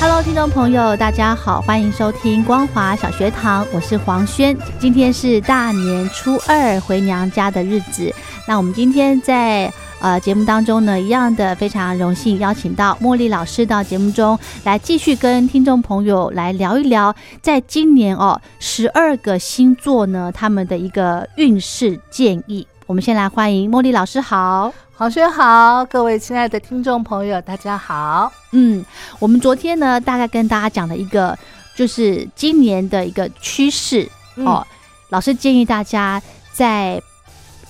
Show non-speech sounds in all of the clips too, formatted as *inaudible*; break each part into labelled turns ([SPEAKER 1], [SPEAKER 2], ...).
[SPEAKER 1] Hello，听众朋友，大家好，欢迎收听光华小学堂，我是黄轩。今天是大年初二回娘家的日子，那我们今天在呃节目当中呢，一样的非常荣幸邀请到茉莉老师到节目中来，继续跟听众朋友来聊一聊，在今年哦十二个星座呢，他们的一个运势建议。我们先来欢迎茉莉老师好。
[SPEAKER 2] 黄轩好，各位亲爱的听众朋友，大家好。
[SPEAKER 1] 嗯，我们昨天呢，大概跟大家讲了一个，就是今年的一个趋势、哦。老师建议大家在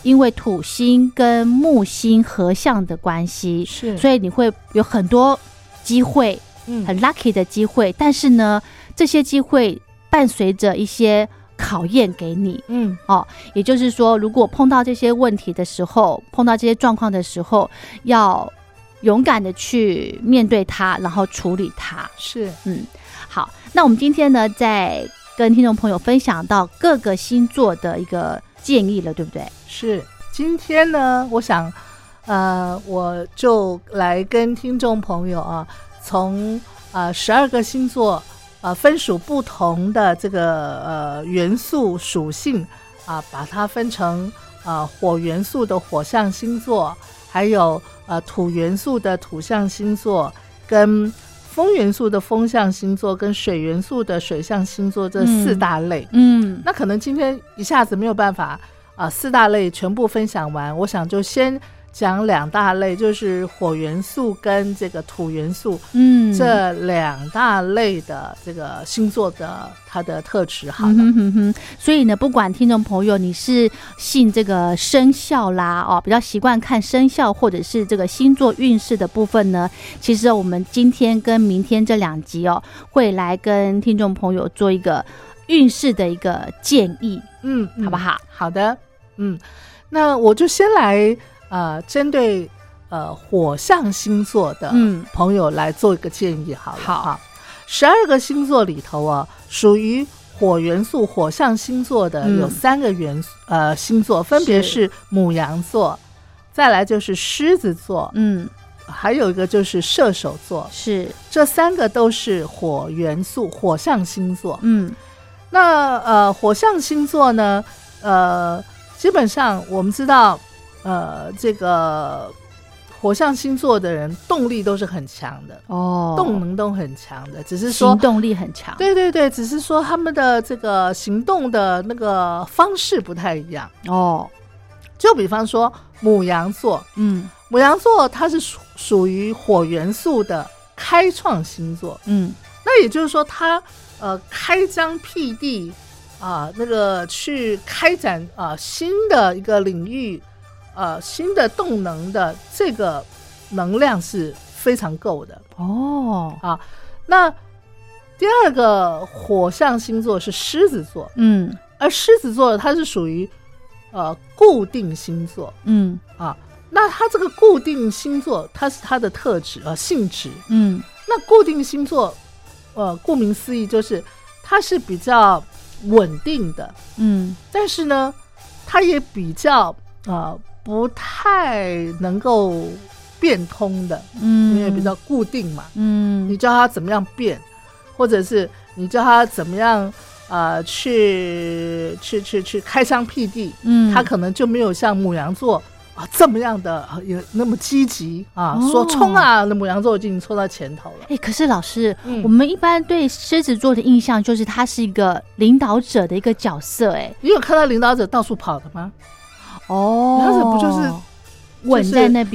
[SPEAKER 1] 因为土星跟木星合相的关系，
[SPEAKER 2] 是
[SPEAKER 1] 所以你会有很多机会，
[SPEAKER 2] 以
[SPEAKER 1] 很 lucky 的机会。但是呢，这些机会伴随着一些考验给你。
[SPEAKER 2] 嗯
[SPEAKER 1] 也就是说，如果碰到这些问题的时候，碰到这些状况的时候，要勇敢的去面对它，然后处理它。
[SPEAKER 2] 是
[SPEAKER 1] 嗯，好，那我们今天呢，在跟听众朋友分享到各个星座的一个建议了，对不对？
[SPEAKER 2] 是。今天呢，我想，呃，我就来跟听众朋友啊，从呃十二个星座呃分属不同的这个呃元素属性啊、把它分成呃火元素的火象星座，还有呃土元素的土象星座，跟风元素的风象星座，跟水元素的水象星座这四
[SPEAKER 1] 嗯
[SPEAKER 2] 大类。
[SPEAKER 1] 嗯，
[SPEAKER 2] 那可能今天一下子没有办法啊、四大类全部分享完，我想就先讲两大类，就是火元素跟这个土元素、
[SPEAKER 1] 嗯，
[SPEAKER 2] 这两大类的这个星座的它的特质好了。
[SPEAKER 1] 嗯哼哼哼，所以呢，不管听众朋友你是信这个生肖啦，哦，比较习惯看生肖或者是这个星座运势的部分呢，其实我们今天跟明天这两集哦，会来跟听众朋友做一个运势的一个建议，
[SPEAKER 2] 嗯，嗯
[SPEAKER 1] 好不？好？
[SPEAKER 2] 好的，嗯，那我就先来呃，针对呃火象星座的
[SPEAKER 1] 嗯
[SPEAKER 2] 朋友来做一个建议好了。
[SPEAKER 1] 好
[SPEAKER 2] 啊，十二个星座里头啊，属于火元素、火象星座的
[SPEAKER 1] 嗯
[SPEAKER 2] 有三个元素、呃星座，分别
[SPEAKER 1] 是
[SPEAKER 2] 是母羊座，再来就是狮子座，
[SPEAKER 1] 嗯，
[SPEAKER 2] 还有一个就是射手座。
[SPEAKER 1] 是，
[SPEAKER 2] 这三个都是火元素、火象星座。
[SPEAKER 1] 嗯
[SPEAKER 2] 那呃，火象星座呢，呃，基本上我们知道，呃，这个火象星座的人动力都是很强的，
[SPEAKER 1] 哦，
[SPEAKER 2] 动能都很强的，只是
[SPEAKER 1] 行
[SPEAKER 2] 说。
[SPEAKER 1] 动力很强，
[SPEAKER 2] 对对对，只是说他们的这个行动的那个方式不太一样。
[SPEAKER 1] 哦，
[SPEAKER 2] 就比方说母羊座，
[SPEAKER 1] 嗯
[SPEAKER 2] 母羊座它是属属于火元素的开创星座，
[SPEAKER 1] 嗯
[SPEAKER 2] 那也就是说他，呃开疆辟地啊、那个去开展啊、新的一个领域，呃新的动能的这个能量是非常够的。
[SPEAKER 1] 哦，
[SPEAKER 2] 啊那第二个火象星座是狮子座，
[SPEAKER 1] 嗯
[SPEAKER 2] 而狮子座它是属于呃固定星座
[SPEAKER 1] 嗯
[SPEAKER 2] 啊。那它这个固定星座，它是它的特质呃性质，
[SPEAKER 1] 嗯
[SPEAKER 2] 那固定星座，呃，顾名思义就是它是比较稳定的，
[SPEAKER 1] 嗯
[SPEAKER 2] 但是呢，它也比较呃不太能够变通的，
[SPEAKER 1] 嗯，
[SPEAKER 2] 因为比较固定嘛。
[SPEAKER 1] 嗯
[SPEAKER 2] 你教他怎么样变，或者是你教他怎么样呃去去去去开疆辟地，
[SPEAKER 1] 嗯，
[SPEAKER 2] 他可能就没有像母羊座。啊，这么样的呃也那么积极啊，说
[SPEAKER 1] 哦
[SPEAKER 2] 冲啊，那母羊座已经冲到前头了。
[SPEAKER 1] 哎、可是老师，
[SPEAKER 2] 嗯
[SPEAKER 1] 我们一般对狮子座的印象就是他是一个领导者的一个角色、哎，
[SPEAKER 2] 你有看到领导者到处跑的吗？
[SPEAKER 1] 哦
[SPEAKER 2] 他是不就是
[SPEAKER 1] 稳
[SPEAKER 2] 就是
[SPEAKER 1] 在那
[SPEAKER 2] 要运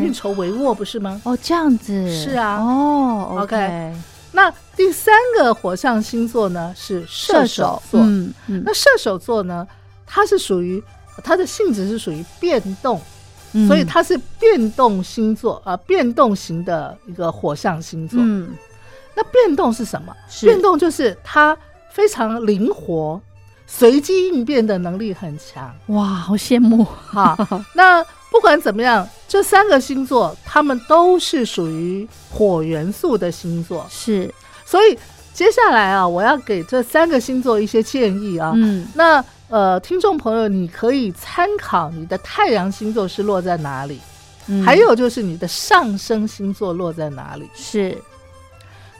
[SPEAKER 1] 边？
[SPEAKER 2] 筹帷幄，不是吗？
[SPEAKER 1] 哦，这样子
[SPEAKER 2] 是啊
[SPEAKER 1] 哦
[SPEAKER 2] OK
[SPEAKER 1] ，OK，
[SPEAKER 2] 那第三个火象星座呢是射手座。
[SPEAKER 1] 嗯嗯
[SPEAKER 2] 那射手座呢，它是属于它的性质是属于变动，
[SPEAKER 1] 嗯
[SPEAKER 2] 所以它是变动星座啊、呃变动型的一个火象星座。
[SPEAKER 1] 嗯
[SPEAKER 2] 那变动是什么？
[SPEAKER 1] 是
[SPEAKER 2] 变动就是它非常灵活，随机应变的能力
[SPEAKER 1] *laughs*
[SPEAKER 2] 很强。
[SPEAKER 1] 哇，好羡
[SPEAKER 2] *laughs*
[SPEAKER 1] 慕
[SPEAKER 2] 哈、那不管怎么样，这三个星座他们都是属于火元素的星座，
[SPEAKER 1] 是，
[SPEAKER 2] 所以接下来啊，我要给这三个星座一些建议啊。
[SPEAKER 1] 嗯，
[SPEAKER 2] 那呃，听众朋友，你可以参考你的太阳星座是落在哪里，
[SPEAKER 1] 嗯
[SPEAKER 2] 还有就是你的上升星座落在哪里。
[SPEAKER 1] 是，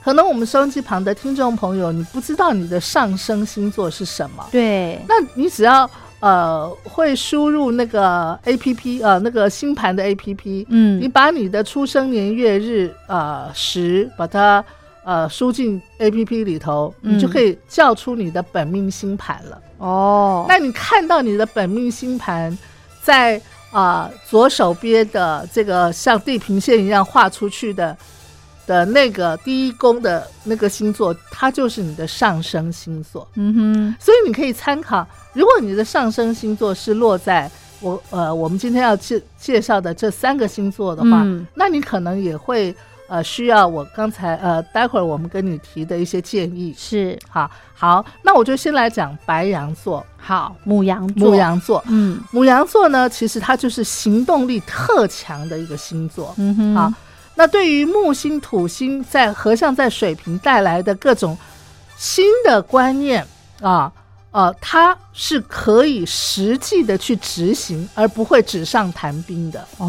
[SPEAKER 2] 可能我们收音机旁的听众朋友，你不知道你的上升星座是什么，
[SPEAKER 1] 对，
[SPEAKER 2] 那你只要呃会输入那个 A P P 呃那个星盘的 A P P，你
[SPEAKER 1] 嗯，
[SPEAKER 2] 把你的出生年月日呃时把它呃输进 A P P 里头，
[SPEAKER 1] 嗯
[SPEAKER 2] 你就可以叫出你的本命星盘了。
[SPEAKER 1] 哦，
[SPEAKER 2] 那你看到你的本命星盘在啊、呃左手边的这个像地平线一样画出去的的那个第一宫的那个星座，它就是你的上升星座。
[SPEAKER 1] 嗯
[SPEAKER 2] 所以你可以参考，如果你的上升星座是落在我呃我们今天要介介绍的这三个星座的
[SPEAKER 1] 哼，
[SPEAKER 2] 话，
[SPEAKER 1] 嗯，
[SPEAKER 2] 那你可能也会呃需要我刚才呃待会儿我们跟你提的一些建议。
[SPEAKER 1] 是
[SPEAKER 2] 好，好，那我就先来讲白羊座、
[SPEAKER 1] 好，母羊座，
[SPEAKER 2] 母，羊座。
[SPEAKER 1] 嗯
[SPEAKER 2] 母羊座呢，其实它就是行动力特强的一个星座。
[SPEAKER 1] 嗯哼，
[SPEAKER 2] 好，那对于木星、土星在合相在水瓶带来的各种新的观念啊，呃，它是可以实际的去执行，而不会纸上谈兵的。
[SPEAKER 1] 哦，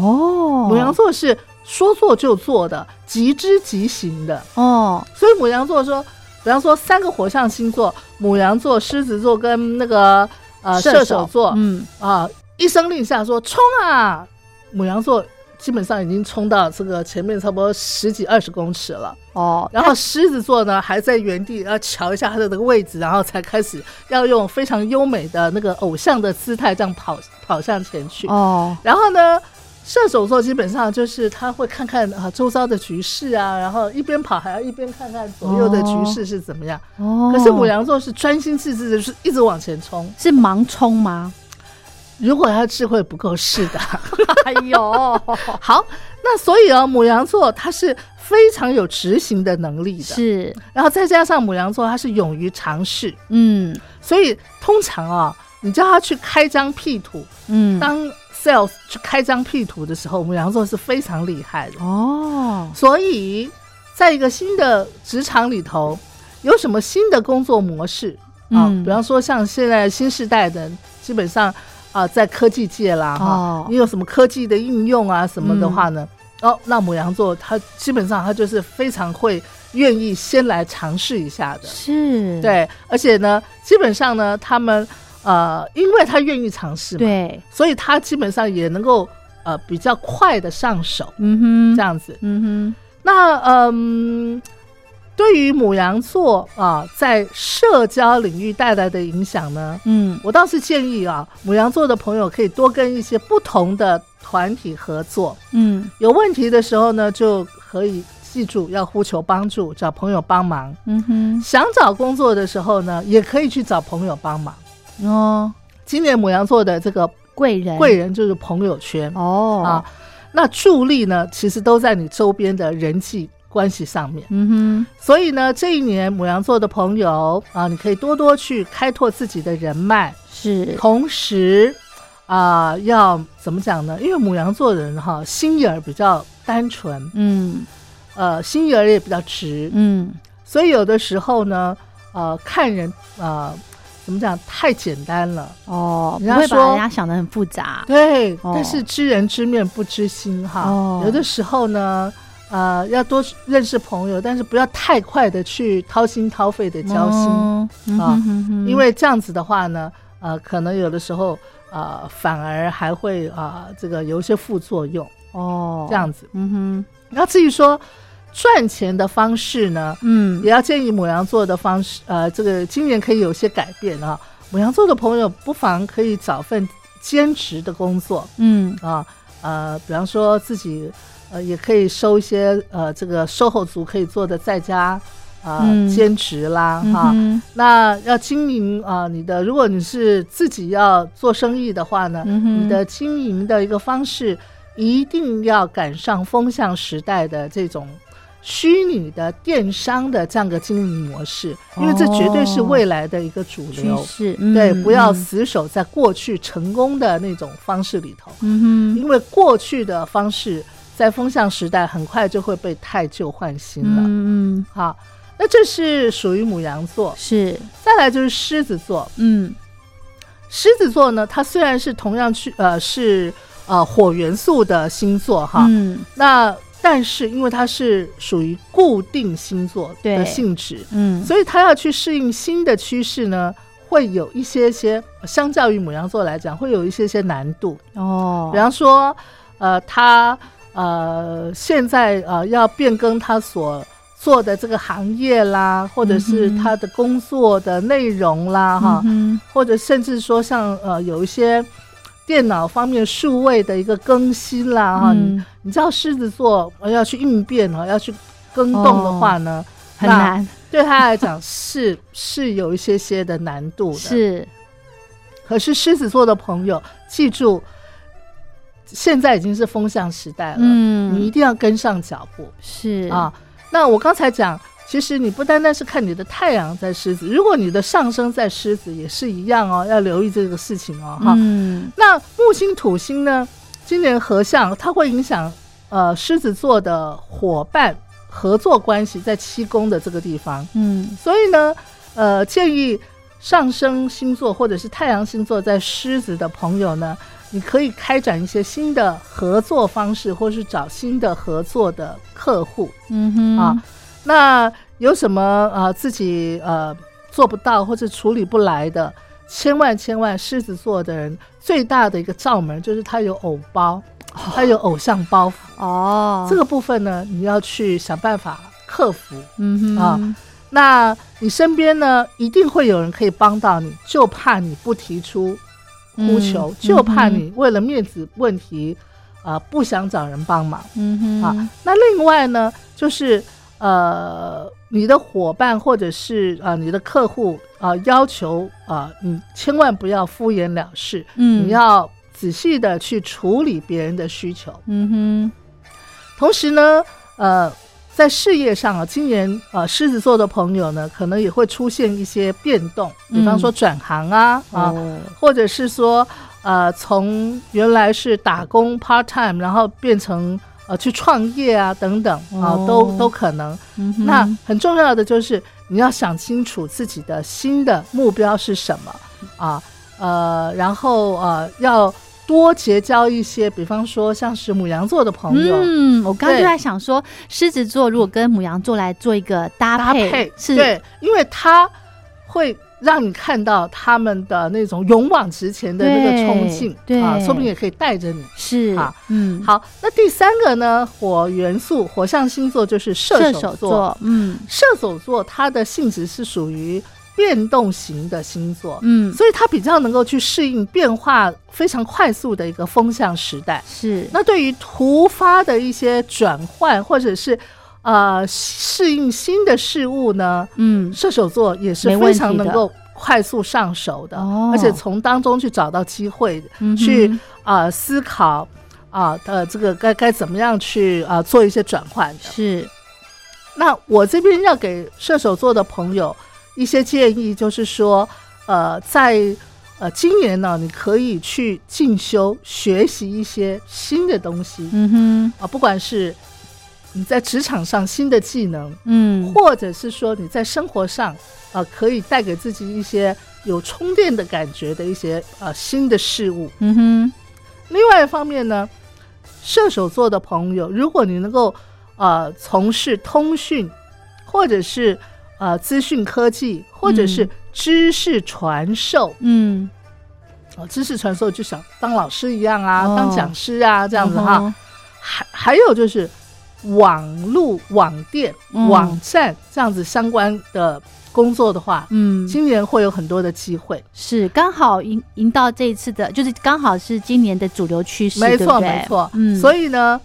[SPEAKER 2] 母羊，座是说做就做的，即知即行的。
[SPEAKER 1] 哦，
[SPEAKER 2] 所以母羊座说，比方说三个火象星座，母羊座、狮子座跟那个呃射手座，
[SPEAKER 1] 嗯，
[SPEAKER 2] 啊，一声令下说冲啊！母羊座基本上已经冲到这个前面差不多十几二十公尺了，
[SPEAKER 1] 哦，
[SPEAKER 2] 然后狮子座呢还在原地要瞧一下它的那个位置，然后才开始要用非常优美的那个偶像的姿态这样跑跑向前去。
[SPEAKER 1] 哦，
[SPEAKER 2] 然后呢，射手座基本上就是他会看看啊周遭的局势啊，然后一边跑还要一边看看左右的局势是怎么样。
[SPEAKER 1] 哦，
[SPEAKER 2] 可是母羊座是专心致志的，就是一直往前冲。
[SPEAKER 1] 是盲冲吗？
[SPEAKER 2] 如果他智慧不够，是的。
[SPEAKER 1] *laughs* 哎呦，
[SPEAKER 2] *laughs* 好，那所以哦，母羊座它是非常有执行的能力的，
[SPEAKER 1] 是，
[SPEAKER 2] 然后再加上母羊座它是勇于尝试，
[SPEAKER 1] 嗯
[SPEAKER 2] 所以通常啊、你叫他去开张 P 图，
[SPEAKER 1] 嗯，
[SPEAKER 2] 当 sales 去开张 P 图的时候，母羊座是非常厉害的。
[SPEAKER 1] 哦，
[SPEAKER 2] 所以，在一个新的职场里头，有什么新的工作模式啊？
[SPEAKER 1] 嗯
[SPEAKER 2] 比方说，像现在新时代的，基本上啊，在科技界啦，哈、
[SPEAKER 1] 哦
[SPEAKER 2] 你有什么科技的应用啊什么的话呢？
[SPEAKER 1] 嗯
[SPEAKER 2] 哦，那母羊座它基本上它就是非常会愿意先来尝试一下的，
[SPEAKER 1] 是，
[SPEAKER 2] 对，而且呢，基本上呢，他们呃，因为他愿意尝试嘛，
[SPEAKER 1] 对，
[SPEAKER 2] 所以他基本上也能够呃比较快的上手
[SPEAKER 1] 嗯
[SPEAKER 2] 这
[SPEAKER 1] 哼，
[SPEAKER 2] 样子。
[SPEAKER 1] 嗯
[SPEAKER 2] 那嗯，对于母羊座啊，在社交领域带来的影响呢，
[SPEAKER 1] 哼，嗯，
[SPEAKER 2] 我倒是建议啊，母羊座的朋友可以多跟一些不同的团体合作，
[SPEAKER 1] 嗯
[SPEAKER 2] 有问题的时候呢，就可以记住要呼求帮助，找朋友帮忙。
[SPEAKER 1] 嗯哼，
[SPEAKER 2] 想找工作的时候呢，也可以去找朋友帮忙。
[SPEAKER 1] 哦，
[SPEAKER 2] 今年母羊座的这个
[SPEAKER 1] 贵人，
[SPEAKER 2] 贵人就是朋友圈、
[SPEAKER 1] 哦，
[SPEAKER 2] 啊，那助力呢，其实都在你周边的人际关系上面。
[SPEAKER 1] 嗯
[SPEAKER 2] 所以呢，这一年母羊座的朋友啊，你可以多多去开拓自己的人脉，
[SPEAKER 1] 哼，是，
[SPEAKER 2] 同时啊、要怎么讲呢？因为母羊座的人哈，心眼儿比较单纯，
[SPEAKER 1] 嗯
[SPEAKER 2] 呃，心眼儿也比较直，
[SPEAKER 1] 嗯，
[SPEAKER 2] 所以有的时候呢，呃，看人呃，怎么讲太简单了，
[SPEAKER 1] 哦，不
[SPEAKER 2] 人家
[SPEAKER 1] 会把
[SPEAKER 2] 说
[SPEAKER 1] 人家想的很复杂，
[SPEAKER 2] 对，
[SPEAKER 1] 哦
[SPEAKER 2] 但是知人知面不知心哈，
[SPEAKER 1] 哦
[SPEAKER 2] 有的时候呢。呃，要多认识朋友，但是不要太快的去掏心掏肺的交心，
[SPEAKER 1] 哦嗯
[SPEAKER 2] 啊
[SPEAKER 1] 哼哼哼
[SPEAKER 2] 因为这样子的话呢，呃，可能有的时候呃，反而还会啊、这个有一些副作用，
[SPEAKER 1] 哦
[SPEAKER 2] 这，样子。
[SPEAKER 1] 嗯
[SPEAKER 2] 那至于说赚钱的方式呢，
[SPEAKER 1] 哼，嗯
[SPEAKER 2] 也要建议母羊座的方式，呃，这个今年可以有些改变啊。母羊座的朋友不妨可以找份兼职的工作
[SPEAKER 1] 嗯，
[SPEAKER 2] 啊，呃，比方说自己呃也可以收一些呃这个售后族可以做的在家啊、
[SPEAKER 1] 嗯
[SPEAKER 2] 兼职啦啊哈、
[SPEAKER 1] 嗯哼
[SPEAKER 2] 那要经营啊、你的如果你是自己要做生意的话呢，
[SPEAKER 1] 嗯哼
[SPEAKER 2] 你的经营的一个方式一定要赶上风向时代的这种虚拟的电商的这样个经营模式，
[SPEAKER 1] 哦
[SPEAKER 2] 因为这绝对是未来的一个主
[SPEAKER 1] 趋
[SPEAKER 2] 流。
[SPEAKER 1] 势，
[SPEAKER 2] 对，
[SPEAKER 1] 嗯
[SPEAKER 2] 不要死守在过去成功的那种方式里头，
[SPEAKER 1] 嗯哼，
[SPEAKER 2] 因为过去的方式在风向时代很快就会被太旧换新了。
[SPEAKER 1] 嗯嗯，
[SPEAKER 2] 好，那这是属于母羊座，
[SPEAKER 1] 是，
[SPEAKER 2] 再来就是狮子座。
[SPEAKER 1] 嗯
[SPEAKER 2] 狮子座呢，它虽然是同样去呃是呃火元素的星座哈，
[SPEAKER 1] 嗯
[SPEAKER 2] 那但是因为它是属于固定星座
[SPEAKER 1] 对
[SPEAKER 2] 的性质，
[SPEAKER 1] 嗯，
[SPEAKER 2] 所以它要去适应新的趋势呢，会有一些些，相较于母羊座来讲，会有一些些难度。
[SPEAKER 1] 哦，
[SPEAKER 2] 比方说，呃，他呃现在呃要变更他所做的这个行业啦，或者是
[SPEAKER 1] 嗯哼
[SPEAKER 2] 他的工作的内容啦，哈、
[SPEAKER 1] 嗯哼
[SPEAKER 2] 或者甚至说像呃有一些电脑方面数位的一个更新啦，哈、你
[SPEAKER 1] 嗯
[SPEAKER 2] 你知道狮子座呃要去应变啊，要去更动的话呢，
[SPEAKER 1] 很
[SPEAKER 2] 那
[SPEAKER 1] 难，
[SPEAKER 2] 对他来讲是是有一些些的难度的。，
[SPEAKER 1] 是，
[SPEAKER 2] 可是狮子座的朋友，记住，现在已经是风向时代了，你一
[SPEAKER 1] 嗯，
[SPEAKER 2] 定要跟上脚步
[SPEAKER 1] 是
[SPEAKER 2] 啊，。那我刚才讲。其实你不单单是看你的太阳在狮子，如果你的上升在狮子也是一样哦，要留意这个事情哦哈。
[SPEAKER 1] 嗯
[SPEAKER 2] 那木星土星呢，今年合相，它会影响呃狮子座的伙伴合作关系，在七宫的这个地方，
[SPEAKER 1] 嗯
[SPEAKER 2] 所以呢，呃，建议上升星座或者是太阳星座在狮子的朋友呢，你可以开展一些新的合作方式，或是找新的合作的客户。
[SPEAKER 1] 嗯哼
[SPEAKER 2] 啊，那有什么呃自己呃做不到或者处理不来的，千万千万，狮子座的人最大的一个罩门就是他有偶包，他有偶像包袱，
[SPEAKER 1] 哦，
[SPEAKER 2] 这个部分呢，你要去想办法克服。
[SPEAKER 1] 嗯哼
[SPEAKER 2] 啊，那你身边呢，一定会有人可以帮到你，就怕你不提出呼求，
[SPEAKER 1] 嗯
[SPEAKER 2] 就怕你为了面子问题，啊、不想找人帮忙。
[SPEAKER 1] 嗯哼
[SPEAKER 2] 啊，那另外呢，就是呃，你的伙伴或者是呃你的客户啊、呃要求啊、呃你千万不要敷衍了事，
[SPEAKER 1] 嗯
[SPEAKER 2] 你要仔细的去处理别人的需求。
[SPEAKER 1] 嗯哼
[SPEAKER 2] 同时呢，呃，在事业上啊，今年呃狮子座的朋友呢，可能也会出现一些变动，比
[SPEAKER 1] 嗯
[SPEAKER 2] 方说转行啊、啊，
[SPEAKER 1] 哦
[SPEAKER 2] 或者是说呃从原来是打工 part time，然后变成呃去创业啊等等啊，
[SPEAKER 1] 哦
[SPEAKER 2] 都都可能。
[SPEAKER 1] 嗯哼
[SPEAKER 2] 那很重要的就是你要想清楚自己的新的目标是什么啊，呃，然后呃要。多结交一些，比方说像是母羊座的朋友，
[SPEAKER 1] 嗯，我刚刚就
[SPEAKER 2] 对
[SPEAKER 1] 在想说，狮子座如果跟母羊座来做一个搭
[SPEAKER 2] 搭
[SPEAKER 1] 配，
[SPEAKER 2] 配，
[SPEAKER 1] 是
[SPEAKER 2] 对，因为它会让你看到他们的那种勇往直前的那个冲劲，
[SPEAKER 1] 对
[SPEAKER 2] 啊，
[SPEAKER 1] 对
[SPEAKER 2] 说不定也可以带着你。
[SPEAKER 1] 是
[SPEAKER 2] 好，
[SPEAKER 1] 嗯，
[SPEAKER 2] 好，那第三个呢，火元素火象星座就是射
[SPEAKER 1] 射
[SPEAKER 2] 手
[SPEAKER 1] 手
[SPEAKER 2] 座，
[SPEAKER 1] 座，嗯
[SPEAKER 2] 射手座它的性质是属于变动型的星座。
[SPEAKER 1] 嗯
[SPEAKER 2] 所以它比较能够去适应变化非常快速的一个风向时代。
[SPEAKER 1] 是，
[SPEAKER 2] 那对于突发的一些转换，或者是呃适应新的事物呢，
[SPEAKER 1] 嗯
[SPEAKER 2] 射手座也是
[SPEAKER 1] 没问
[SPEAKER 2] 非
[SPEAKER 1] 题的
[SPEAKER 2] 常能够快速上手的，
[SPEAKER 1] 哦
[SPEAKER 2] 而且从当中去找到机会，
[SPEAKER 1] 嗯哼
[SPEAKER 2] 去啊、呃思考啊呃这个该该怎么样去啊、呃做一些转换的。
[SPEAKER 1] 是，
[SPEAKER 2] 那我这边要给射手座的朋友一些建议，就是说，呃，在呃今年呢，你可以去进修学习一些新的东西啊、
[SPEAKER 1] 嗯哼
[SPEAKER 2] 不管是你在职场上新的技能，
[SPEAKER 1] 嗯
[SPEAKER 2] 或者是说你在生活上，呃，可以带给自己一些有充电的感觉的一些呃新的事物。
[SPEAKER 1] 嗯哼
[SPEAKER 2] 另外一方面呢，射手座的朋友，如果你能够呃从事通讯，或者是呃资讯科技，或者是
[SPEAKER 1] 嗯
[SPEAKER 2] 知识传授，
[SPEAKER 1] 嗯，
[SPEAKER 2] 哦，知识传授就想当老师一样啊，
[SPEAKER 1] 哦
[SPEAKER 2] 当讲师啊这样子哈。
[SPEAKER 1] 嗯哼，
[SPEAKER 2] 还还有就是网络、网店、
[SPEAKER 1] 嗯
[SPEAKER 2] 网站这样子相关的工作的话，
[SPEAKER 1] 嗯
[SPEAKER 2] 今年会有很多的机会。
[SPEAKER 1] 是刚好迎迎到这一次的，就是刚好是今年的主流趋势，
[SPEAKER 2] 没
[SPEAKER 1] 对不
[SPEAKER 2] 错，
[SPEAKER 1] 对
[SPEAKER 2] 没错。
[SPEAKER 1] 嗯，
[SPEAKER 2] 所
[SPEAKER 1] 以
[SPEAKER 2] 以呢，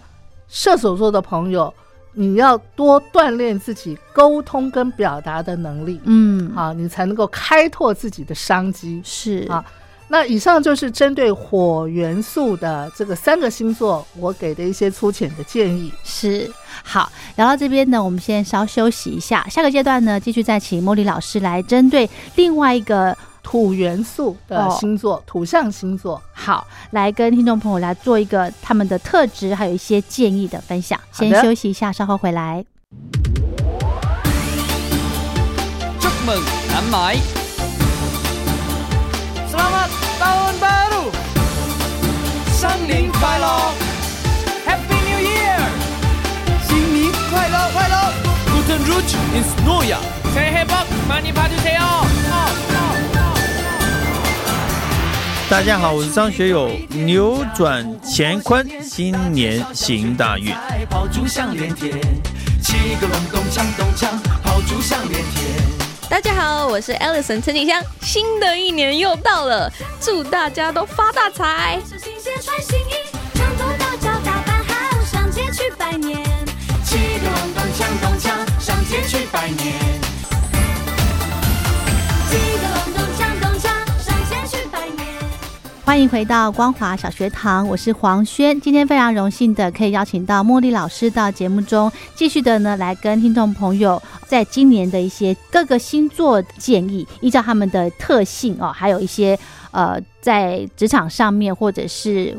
[SPEAKER 2] 射手座的朋友，你要多锻炼自己沟通跟表达的能力、
[SPEAKER 1] 嗯，
[SPEAKER 2] 啊，你才能够开拓自己的商机。
[SPEAKER 1] 是
[SPEAKER 2] 啊那以上就是针对火元素的这个三个星座，我给的一些粗浅的建议。
[SPEAKER 1] 是好，聊到这边呢，我们先稍休息一下，下个阶段呢，继续再请茉莉老师来针对另外一个
[SPEAKER 2] 土元素
[SPEAKER 1] 哦
[SPEAKER 2] 的星座，土象星座。
[SPEAKER 1] 好，来跟听众朋友来做一个他们的特质，还有一些建议的分享。
[SPEAKER 2] 好的
[SPEAKER 1] 先休息一下，稍后回来。
[SPEAKER 3] Chúc mừng năm mới. Selamat tahun baru. Sang niên快乐. Happy New Year. 新年快乐，快乐。Guten Rutsch ins neue Jahr. 새해 복 많이 받으세요.
[SPEAKER 4] 大家好，我是张学友，扭转乾坤，新年行大运。
[SPEAKER 3] 炮竹响连天，七个隆咚锵咚锵，炮竹响连天。
[SPEAKER 5] 大家好，我是 Alison 陈景香，新的一年又到了，祝大家都发大财！
[SPEAKER 6] 是新鞋穿新衣，从头到脚打扮好，上街去拜年。
[SPEAKER 3] 七个隆咚锵咚锵，上街去拜年。
[SPEAKER 6] 七个隆咚锵咚锵，上街去拜年。
[SPEAKER 1] 欢迎回到光华小学堂，我是黄轩。今天非常荣幸的可以邀请到茉莉老师到节目中，继续的呢来跟听众朋友在今年的一些各个星座建议，依照他们的特性哦，还有一些呃在职场上面或者是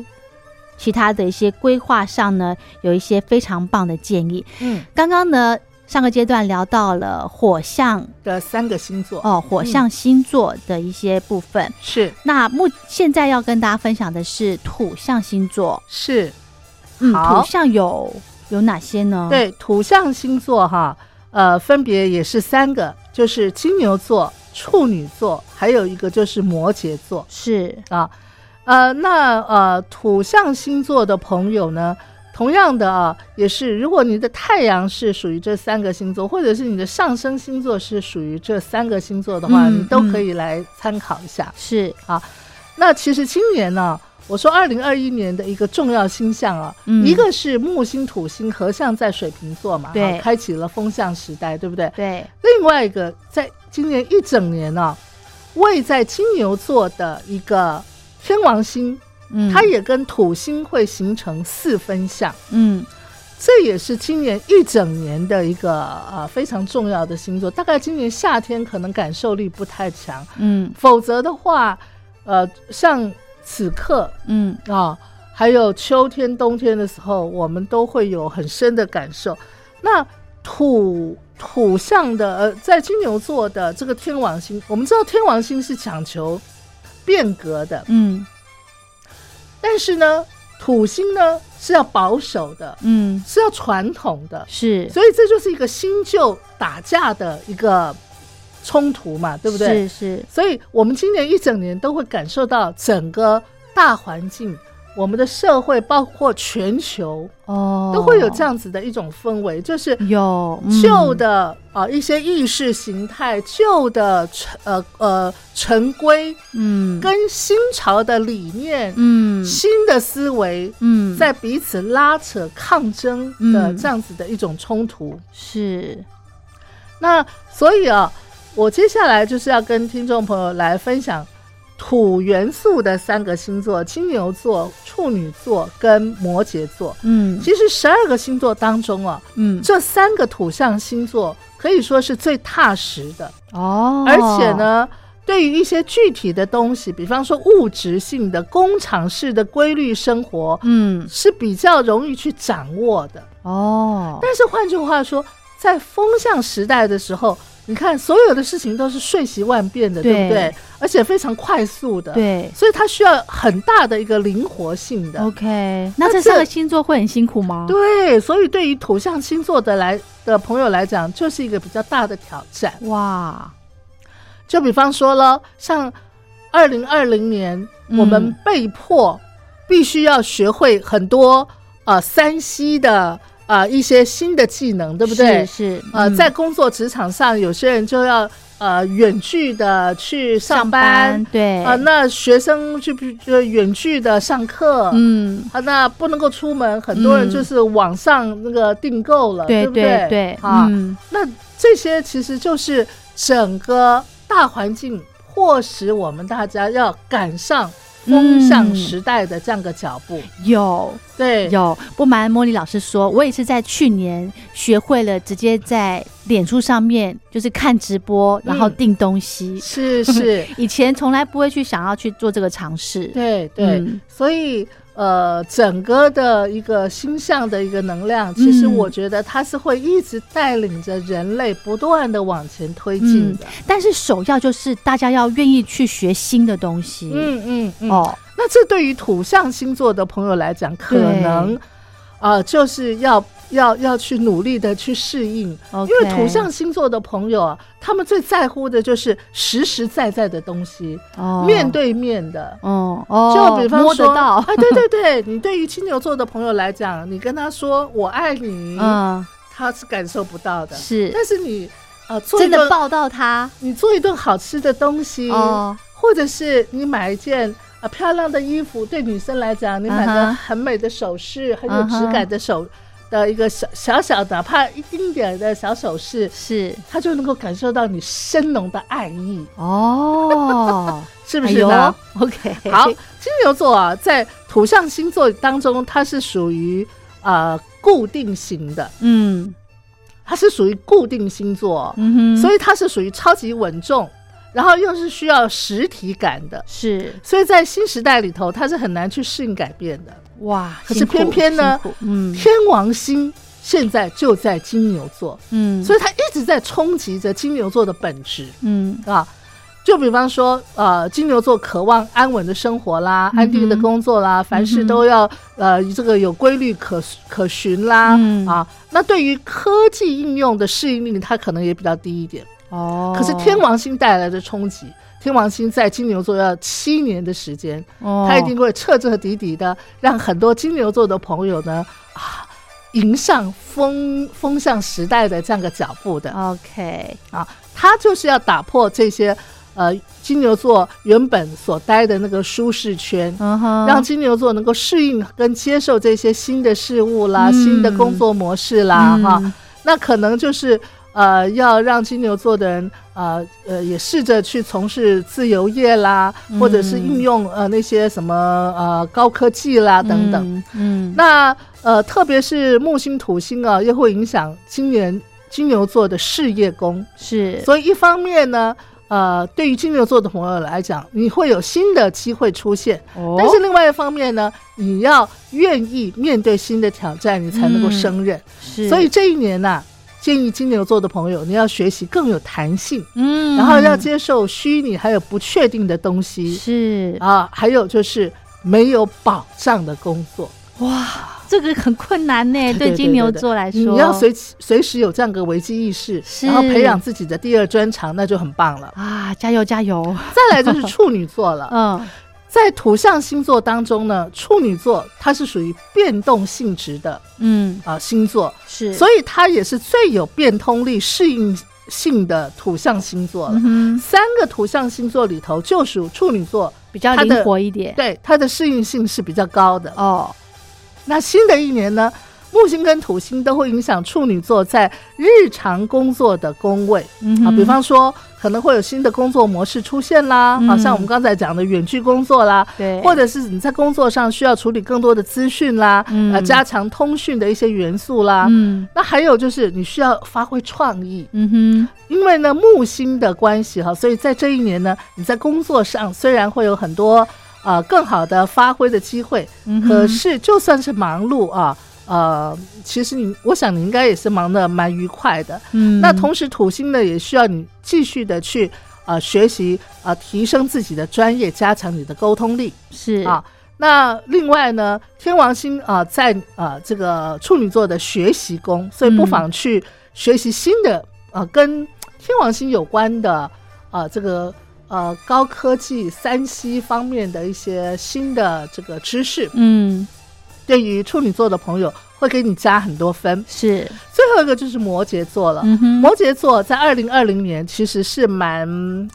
[SPEAKER 1] 其他的一些规划上呢，有一些非常棒的建议。
[SPEAKER 2] 嗯，
[SPEAKER 1] 刚刚呢上个阶段聊到了火象
[SPEAKER 2] 的三个星座、
[SPEAKER 1] 哦，火象星座的一些部分。
[SPEAKER 2] 是
[SPEAKER 1] 那目现在要跟大家分享的是土象星座，
[SPEAKER 2] 是，
[SPEAKER 1] 嗯，
[SPEAKER 2] 好
[SPEAKER 1] 土象有有哪些呢？，
[SPEAKER 2] 对土象星座哈，呃，分别也是三个，就是金牛座、处女座，还有一个就是摩羯座。
[SPEAKER 1] 是
[SPEAKER 2] 啊，呃，那呃，土象星座的朋友呢，同样的啊，也是，如果你的太阳是属于这三个星座，或者是你的上升星座是属于这三个星座的话，
[SPEAKER 1] 嗯
[SPEAKER 2] 你都
[SPEAKER 1] 嗯
[SPEAKER 2] 可以来参考一下。
[SPEAKER 1] 是，
[SPEAKER 2] 那其实今年呢、我说二零二一年的一个重要星象啊，
[SPEAKER 1] 嗯
[SPEAKER 2] 一个是木星土星合相在水瓶座嘛，
[SPEAKER 1] 对
[SPEAKER 2] 啊开启了风象时代，对不对？
[SPEAKER 1] 对，
[SPEAKER 2] 另外一个，在今年一整年呢、位在金牛座的一个天王星，
[SPEAKER 1] 嗯，
[SPEAKER 2] 它也跟土星会形成四分相，
[SPEAKER 1] 嗯
[SPEAKER 2] 这也是今年一整年的一个呃非常重要的星座。大概今年夏天可能感受力不太强，
[SPEAKER 1] 嗯
[SPEAKER 2] 否则的话，呃，像此刻
[SPEAKER 1] 嗯
[SPEAKER 2] 啊，还有秋天、冬天的时候，我们都会有很深的感受。那土土象的，呃，在金牛座的这个天王星，我们知道天王星是讲求变革的，
[SPEAKER 1] 嗯
[SPEAKER 2] 但是呢，土星呢是要保守的，
[SPEAKER 1] 嗯，
[SPEAKER 2] 是要传统的，
[SPEAKER 1] 是，
[SPEAKER 2] 所以这就是一个新旧打架的一个冲突嘛，对不对？
[SPEAKER 1] 是是，
[SPEAKER 2] 所以我们今年一整年都会感受到整个大环境、我们的社会，包括全球，
[SPEAKER 1] 哦，嗯
[SPEAKER 2] 都会有这样子的一种氛围，就是
[SPEAKER 1] 有
[SPEAKER 2] 旧，的啊、呃一些意识形态、旧的呃呃陈规
[SPEAKER 1] 嗯
[SPEAKER 2] 跟新潮的理念、
[SPEAKER 1] 嗯
[SPEAKER 2] 新的思维。
[SPEAKER 1] 嗯，
[SPEAKER 2] 在彼此拉扯、抗争的
[SPEAKER 1] 嗯
[SPEAKER 2] 这样子的一种冲突，
[SPEAKER 1] 是，
[SPEAKER 2] 那所以啊，我接下来就是要跟听众朋友来分享土元素的三个星座：金牛座、处女座跟摩羯座。
[SPEAKER 1] 嗯
[SPEAKER 2] 其实十二个星座当中啊，
[SPEAKER 1] 嗯，
[SPEAKER 2] 这三个土象星座可以说是最踏实的，
[SPEAKER 1] 哦，
[SPEAKER 2] 而且，呢。对于一些具体的东西，比方说物质性的、工厂式的规律生活，
[SPEAKER 1] 嗯
[SPEAKER 2] 是比较容易去掌握的。
[SPEAKER 1] 哦，
[SPEAKER 2] 但是换句话说，在风向时代的时候，你看所有的事情都是瞬息万变的，
[SPEAKER 1] 对
[SPEAKER 2] 对不对？而且非常快速的，，
[SPEAKER 1] 对。
[SPEAKER 2] 所以它需要很大的一个灵活性的。
[SPEAKER 1] OK，
[SPEAKER 2] 那
[SPEAKER 1] 那这
[SPEAKER 2] 这
[SPEAKER 1] 三个星座会很辛苦吗？
[SPEAKER 2] 对，所以对于土象星座的来的朋友来讲，就是一个比较大的挑战。
[SPEAKER 1] 哇，
[SPEAKER 2] 就比方说了，像二零二零年，
[SPEAKER 1] 嗯
[SPEAKER 2] 我们被迫必须要学会很多呃三 C 的呃一些新的技能，对不对？
[SPEAKER 1] 是，是
[SPEAKER 2] 呃，
[SPEAKER 1] 嗯
[SPEAKER 2] 在工作职场上，有些人就要呃远距的去上班，
[SPEAKER 1] 对
[SPEAKER 2] 啊、那学生就不就远距的上课，
[SPEAKER 1] 嗯，
[SPEAKER 2] 啊，那不能够出门，很多人
[SPEAKER 1] 嗯
[SPEAKER 2] 就是网上那个订购了，
[SPEAKER 1] 对
[SPEAKER 2] 不
[SPEAKER 1] 对
[SPEAKER 2] 呃对
[SPEAKER 1] 对，
[SPEAKER 2] 啊，
[SPEAKER 1] 嗯
[SPEAKER 2] 那这些其实就是整个大环境迫使我们大家要赶上风向时代的这样个脚步。
[SPEAKER 1] 嗯有
[SPEAKER 2] 对，
[SPEAKER 1] 有，不瞒莫莉老师说，我也是在去年学会了直接在脸书上面就是看直播，然后
[SPEAKER 2] 嗯
[SPEAKER 1] 订东西。
[SPEAKER 2] 是是，
[SPEAKER 1] 以前从来不会去想要去做这个尝试。
[SPEAKER 2] 对对。
[SPEAKER 1] 嗯
[SPEAKER 2] 所以呃，整个的一个星象的一个能量，其实
[SPEAKER 1] 嗯
[SPEAKER 2] 我觉得它是会一直带领着人类不断的往前推进的。
[SPEAKER 1] 但是首要就是大家要愿意去学新的东西。
[SPEAKER 2] 嗯嗯嗯。
[SPEAKER 1] 哦，
[SPEAKER 2] 那这对于土象星座的朋友来讲，可
[SPEAKER 1] 对
[SPEAKER 2] 能呃，就是要要要去努力的去适应。
[SPEAKER 1] OK
[SPEAKER 2] 因为土象星座的朋友啊，他们最在乎的就是实实在在的东西，
[SPEAKER 1] 哦
[SPEAKER 2] 面，对面的。
[SPEAKER 1] 嗯哦，
[SPEAKER 2] 就比方
[SPEAKER 1] 摸得
[SPEAKER 2] 说，
[SPEAKER 1] 到，
[SPEAKER 2] 哎，对对对，你对于金牛座的朋友来讲，你跟他说“我爱你”，
[SPEAKER 1] 嗯，
[SPEAKER 2] 他是感受不到的。
[SPEAKER 1] 是
[SPEAKER 2] 但是你呃，做一
[SPEAKER 1] 真的
[SPEAKER 2] 顿
[SPEAKER 1] 抱到他
[SPEAKER 2] 你做一顿好吃的东西，
[SPEAKER 1] 哦，
[SPEAKER 2] 或者是你买一件啊漂亮的衣服，对女生来讲，你买
[SPEAKER 1] 嗯
[SPEAKER 2] 个
[SPEAKER 1] 哼
[SPEAKER 2] 很美的首饰，很有
[SPEAKER 1] 嗯哼
[SPEAKER 2] 质感的手的一个小小小的，哪怕一丁点儿的小首饰，
[SPEAKER 1] 是
[SPEAKER 2] 他就能够感受到你深浓的爱意， *laughs*
[SPEAKER 1] 哦，
[SPEAKER 2] 是不是呢？
[SPEAKER 1] 哎呦？OK，
[SPEAKER 2] 好，金牛座啊，在土象星座当中，它是属于呃固定型的，
[SPEAKER 1] 嗯
[SPEAKER 2] 它是属于固定星座，
[SPEAKER 1] 嗯哼，
[SPEAKER 2] 所
[SPEAKER 1] 以
[SPEAKER 2] 以它是属于超级稳重，然后又是需要实体感的。
[SPEAKER 1] 是
[SPEAKER 2] 所以在新时代里头，它是很难去适应改变的。
[SPEAKER 1] 哇，
[SPEAKER 2] 可是
[SPEAKER 1] 辛苦
[SPEAKER 2] 偏偏呢
[SPEAKER 1] 辛苦嗯
[SPEAKER 2] 天王星现在就在金牛座，
[SPEAKER 1] 嗯，
[SPEAKER 2] 所
[SPEAKER 1] 以
[SPEAKER 2] 以它一直在冲击着金牛座的本质
[SPEAKER 1] 嗯
[SPEAKER 2] 啊。就比方说，呃，金牛座渴望安稳的生活啦，安
[SPEAKER 1] 嗯
[SPEAKER 2] 定的工作啦，凡事都要呃这个有规律可可循啦、
[SPEAKER 1] 嗯
[SPEAKER 2] 啊。那对于科技应用的适应力，它可能也比较低一点。
[SPEAKER 1] 哦，
[SPEAKER 2] 可是天王星带来的冲击，天王星在金牛座要七年的时间，
[SPEAKER 1] 哦
[SPEAKER 2] 他一定会彻彻底底的让很多金牛座的朋友呢啊，迎上风风向时代的这样个脚步的。
[SPEAKER 1] OK，
[SPEAKER 2] 他就是要打破这些呃金牛座原本所待的那个舒适圈。
[SPEAKER 1] 嗯哼，
[SPEAKER 2] 让金牛座能够适应跟接受这些新的事物啦、
[SPEAKER 1] 嗯
[SPEAKER 2] 新的工作模式啦，
[SPEAKER 1] 嗯
[SPEAKER 2] 哈，那可能就是呃，要让金牛座的人呃呃也试着去从事自由业啦，
[SPEAKER 1] 嗯
[SPEAKER 2] 或者是应用呃那些什么呃高科技啦等等。
[SPEAKER 1] 嗯，嗯，
[SPEAKER 2] 那呃，特别是木星、土星啊，又会影响今年金牛座的事业宫。
[SPEAKER 1] 是
[SPEAKER 2] 所以一方面呢，呃，对于金牛座的朋友来讲，你会有新的机会出现，
[SPEAKER 1] 哦
[SPEAKER 2] 但是另外一方面呢，你要愿意面对新的挑战，你才能够
[SPEAKER 1] 嗯
[SPEAKER 2] 胜任。
[SPEAKER 1] 是，
[SPEAKER 2] 所以这一年呐、建议金牛座的朋友，你要学习更有弹性，
[SPEAKER 1] 嗯，
[SPEAKER 2] 然后要接受虚拟还有不确定的东西
[SPEAKER 1] 是
[SPEAKER 2] 啊，还有就是没有保障的工作。
[SPEAKER 1] 这个很困难呢，对金牛座来说，
[SPEAKER 2] 你要随随时有这样个危机意识，
[SPEAKER 1] 是。
[SPEAKER 2] 然后培养自己的第二专长，那就很棒了
[SPEAKER 1] 啊，加油加油，
[SPEAKER 2] 再来就是处女座了，
[SPEAKER 1] 嗯，
[SPEAKER 2] 在土象星座当中呢，处女座它是属于变动性质的
[SPEAKER 1] 嗯，
[SPEAKER 2] 啊、星座，
[SPEAKER 1] 是，
[SPEAKER 2] 所以它也是最有变通力、适应性的土象星座了。
[SPEAKER 1] 嗯哼，
[SPEAKER 2] 三个土象星座里头，就属处女座，
[SPEAKER 1] 比较
[SPEAKER 2] 它的
[SPEAKER 1] 灵活一点。
[SPEAKER 2] 对它的适应性是比较高的。
[SPEAKER 1] 哦，
[SPEAKER 2] 那新的一年呢，木星跟土星都会影响处女座在日常工作的宫位、
[SPEAKER 1] 嗯
[SPEAKER 2] 啊，
[SPEAKER 1] 哼
[SPEAKER 2] 比方说可能会有新的工作模式出现啦，好、
[SPEAKER 1] 嗯
[SPEAKER 2] 像我们刚才讲的远距工作啦。
[SPEAKER 1] 对，
[SPEAKER 2] 或者是你在工作上需要处理更多的资讯啦，
[SPEAKER 1] 嗯
[SPEAKER 2] 呃，加强通讯的一些元素啦。
[SPEAKER 1] 嗯
[SPEAKER 2] 那还有就是你需要发挥创意，
[SPEAKER 1] 嗯哼，
[SPEAKER 2] 因为呢木星的关系哈，所以在这一年呢，你在工作上虽然会有很多呃更好的发挥的机会，
[SPEAKER 1] 嗯哼
[SPEAKER 2] 可是就算是忙碌啊，呃，其实你我想你应该也是忙得蛮愉快的。
[SPEAKER 1] 嗯，
[SPEAKER 2] 那同时土星呢，也需要你继续的去呃学习呃提升自己的专业，加强你的沟通力。
[SPEAKER 1] 是
[SPEAKER 2] 啊。那另外呢，天王星啊、在啊、这个处女座的学习宫，所以不
[SPEAKER 1] 嗯
[SPEAKER 2] 妨去学习新的啊、跟天王星有关的啊、这个呃高科技、三 C 方面的一些新的这个知识，
[SPEAKER 1] 嗯
[SPEAKER 2] 对于处女座的朋友会给你加很多分。
[SPEAKER 1] 是，
[SPEAKER 2] 最后一个就是摩羯座了。
[SPEAKER 1] 嗯哼，
[SPEAKER 2] 摩羯座在二零二零年其实是蛮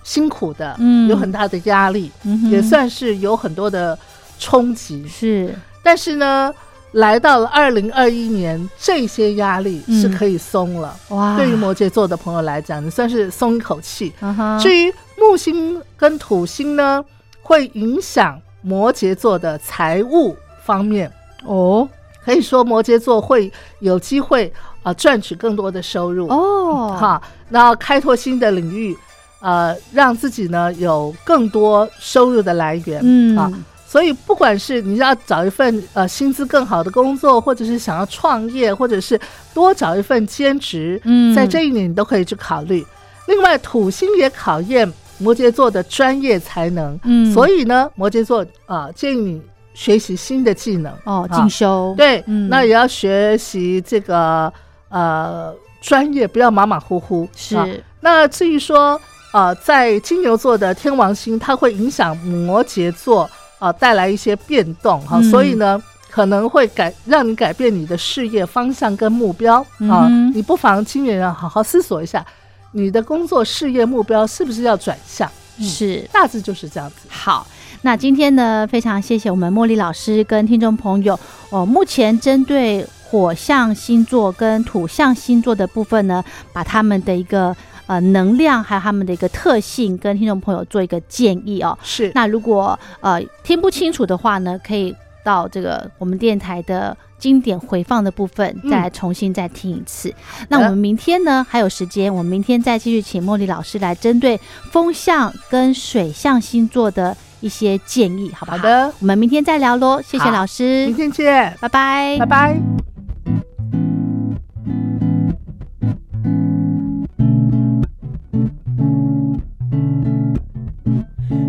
[SPEAKER 2] 辛苦的，
[SPEAKER 1] 嗯
[SPEAKER 2] 有很大的压力，
[SPEAKER 1] 嗯哼
[SPEAKER 2] 也算是有很多的冲击。
[SPEAKER 1] 是
[SPEAKER 2] 但是呢，来到了二零二一年，这些压力是可以松了。
[SPEAKER 1] 哇，
[SPEAKER 2] 对于摩羯座的朋友来讲，你算是松一口气。
[SPEAKER 1] 嗯哼，
[SPEAKER 2] 至于木星跟土星呢，会影响摩羯座的财务方面哦。可以说摩羯座会有机会啊、呃赚取更多的收入
[SPEAKER 1] 哦，，
[SPEAKER 2] 哈，那开拓新的领域，呃，让自己呢有更多收入的来源。
[SPEAKER 1] 嗯
[SPEAKER 2] 啊所以，不管是你要找一份呃薪资更好的工作，或者是想要创业，或者是多找一份兼职，
[SPEAKER 1] 嗯
[SPEAKER 2] 在这一年你都可以去考虑。另外，土星也考验摩羯座的专业才能，
[SPEAKER 1] 嗯
[SPEAKER 2] 所以呢，摩羯座啊、建议你学习新的技能
[SPEAKER 1] 哦，
[SPEAKER 2] 啊
[SPEAKER 1] 进修，
[SPEAKER 2] 对，
[SPEAKER 1] 嗯
[SPEAKER 2] 那也要学习这个呃专业，不要马马虎虎。
[SPEAKER 1] 是
[SPEAKER 2] 啊那至于说呃，在金牛座的天王星，它会影响摩羯座啊、呃带来一些变动哈、
[SPEAKER 1] 嗯
[SPEAKER 2] 所以呢。可能会改让你改变你的事业方向跟目标啊、
[SPEAKER 1] 嗯哼
[SPEAKER 2] 你不妨今年要好好思索一下，你的工作事业目标是不是要转向？
[SPEAKER 1] 是。
[SPEAKER 2] 大致就是这样子。
[SPEAKER 1] 好，那今天呢，非常谢谢我们茉莉老师跟听众朋友。哦，目前针对火象星座跟土象星座的部分呢，把他们的一个呃能量还有他们的一个特性，跟听众朋友做一个建议哦。
[SPEAKER 2] 是，
[SPEAKER 1] 那如果呃听不清楚的话呢，可以到这个我们电台的经典回放的部分，
[SPEAKER 2] 嗯
[SPEAKER 1] 再来重新再听一次。那我们明天呢还有时间，我们明天再继续请茉莉老师来针对风象跟水象星座的一些建议，好不好？
[SPEAKER 2] 好，的，
[SPEAKER 1] 我们明天再聊喽，谢谢
[SPEAKER 2] 好
[SPEAKER 1] 老师
[SPEAKER 2] 明，天见，
[SPEAKER 1] 拜拜
[SPEAKER 2] 拜。拜。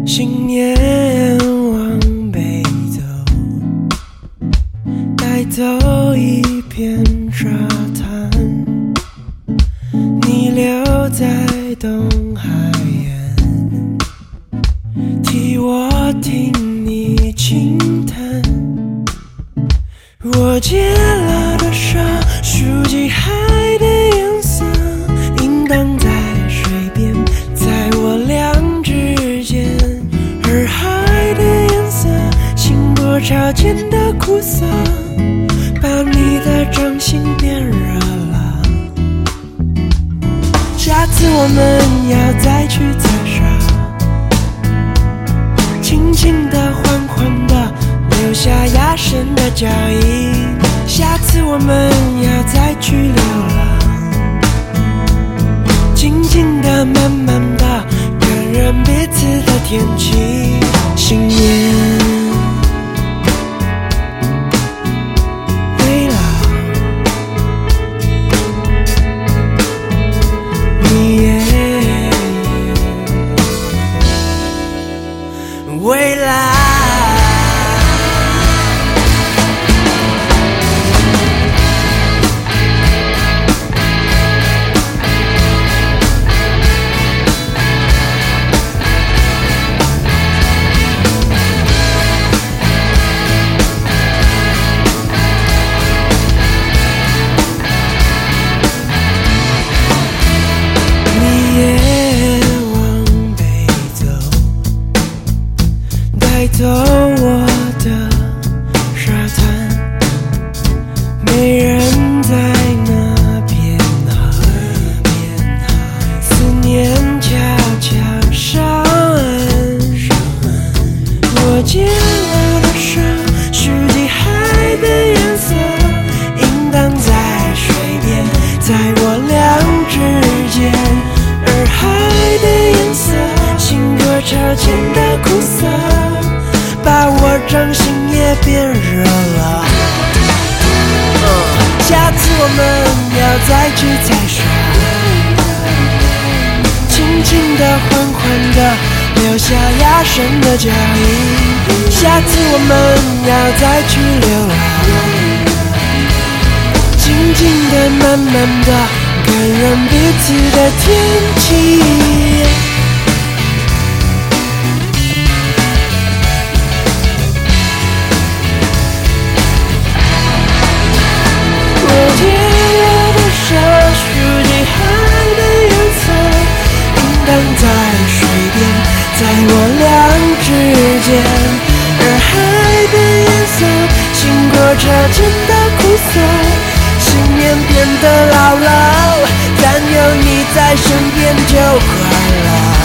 [SPEAKER 3] 新年往北走，带走一片沙滩，你留在东海岸，替我听你轻叹。我借了多少数记海的颜色，淫荡在水边，在我俩之间。洱海的颜色，经过潮间的苦涩，把你的掌心变热了。下次我们要再去踩沙。轻轻地、缓缓地，留下压身的脚印。下次我们要再去流浪，静静地、慢慢地，感染彼此的天气。新年未老，你也。未来。你也往北走。带走我的沙滩，没人在那边啊。思念悄悄上岸，我借了多少数记海的颜色，淫荡在水边，在我俩之间。洱海的颜色，经过潮间的苦涩，把我掌心也变热了。下次我们要再去踩沙。轻轻地、缓缓地，留下压身的脚印。下次我们要再去流浪，静静地、慢慢地，感染彼此的天气。我借了多少数记海的颜色，淫荡在水边，在我俩之间。洱海的颜色，经过这间的苦涩，信念变得牢牢，但有你在身边就快乐。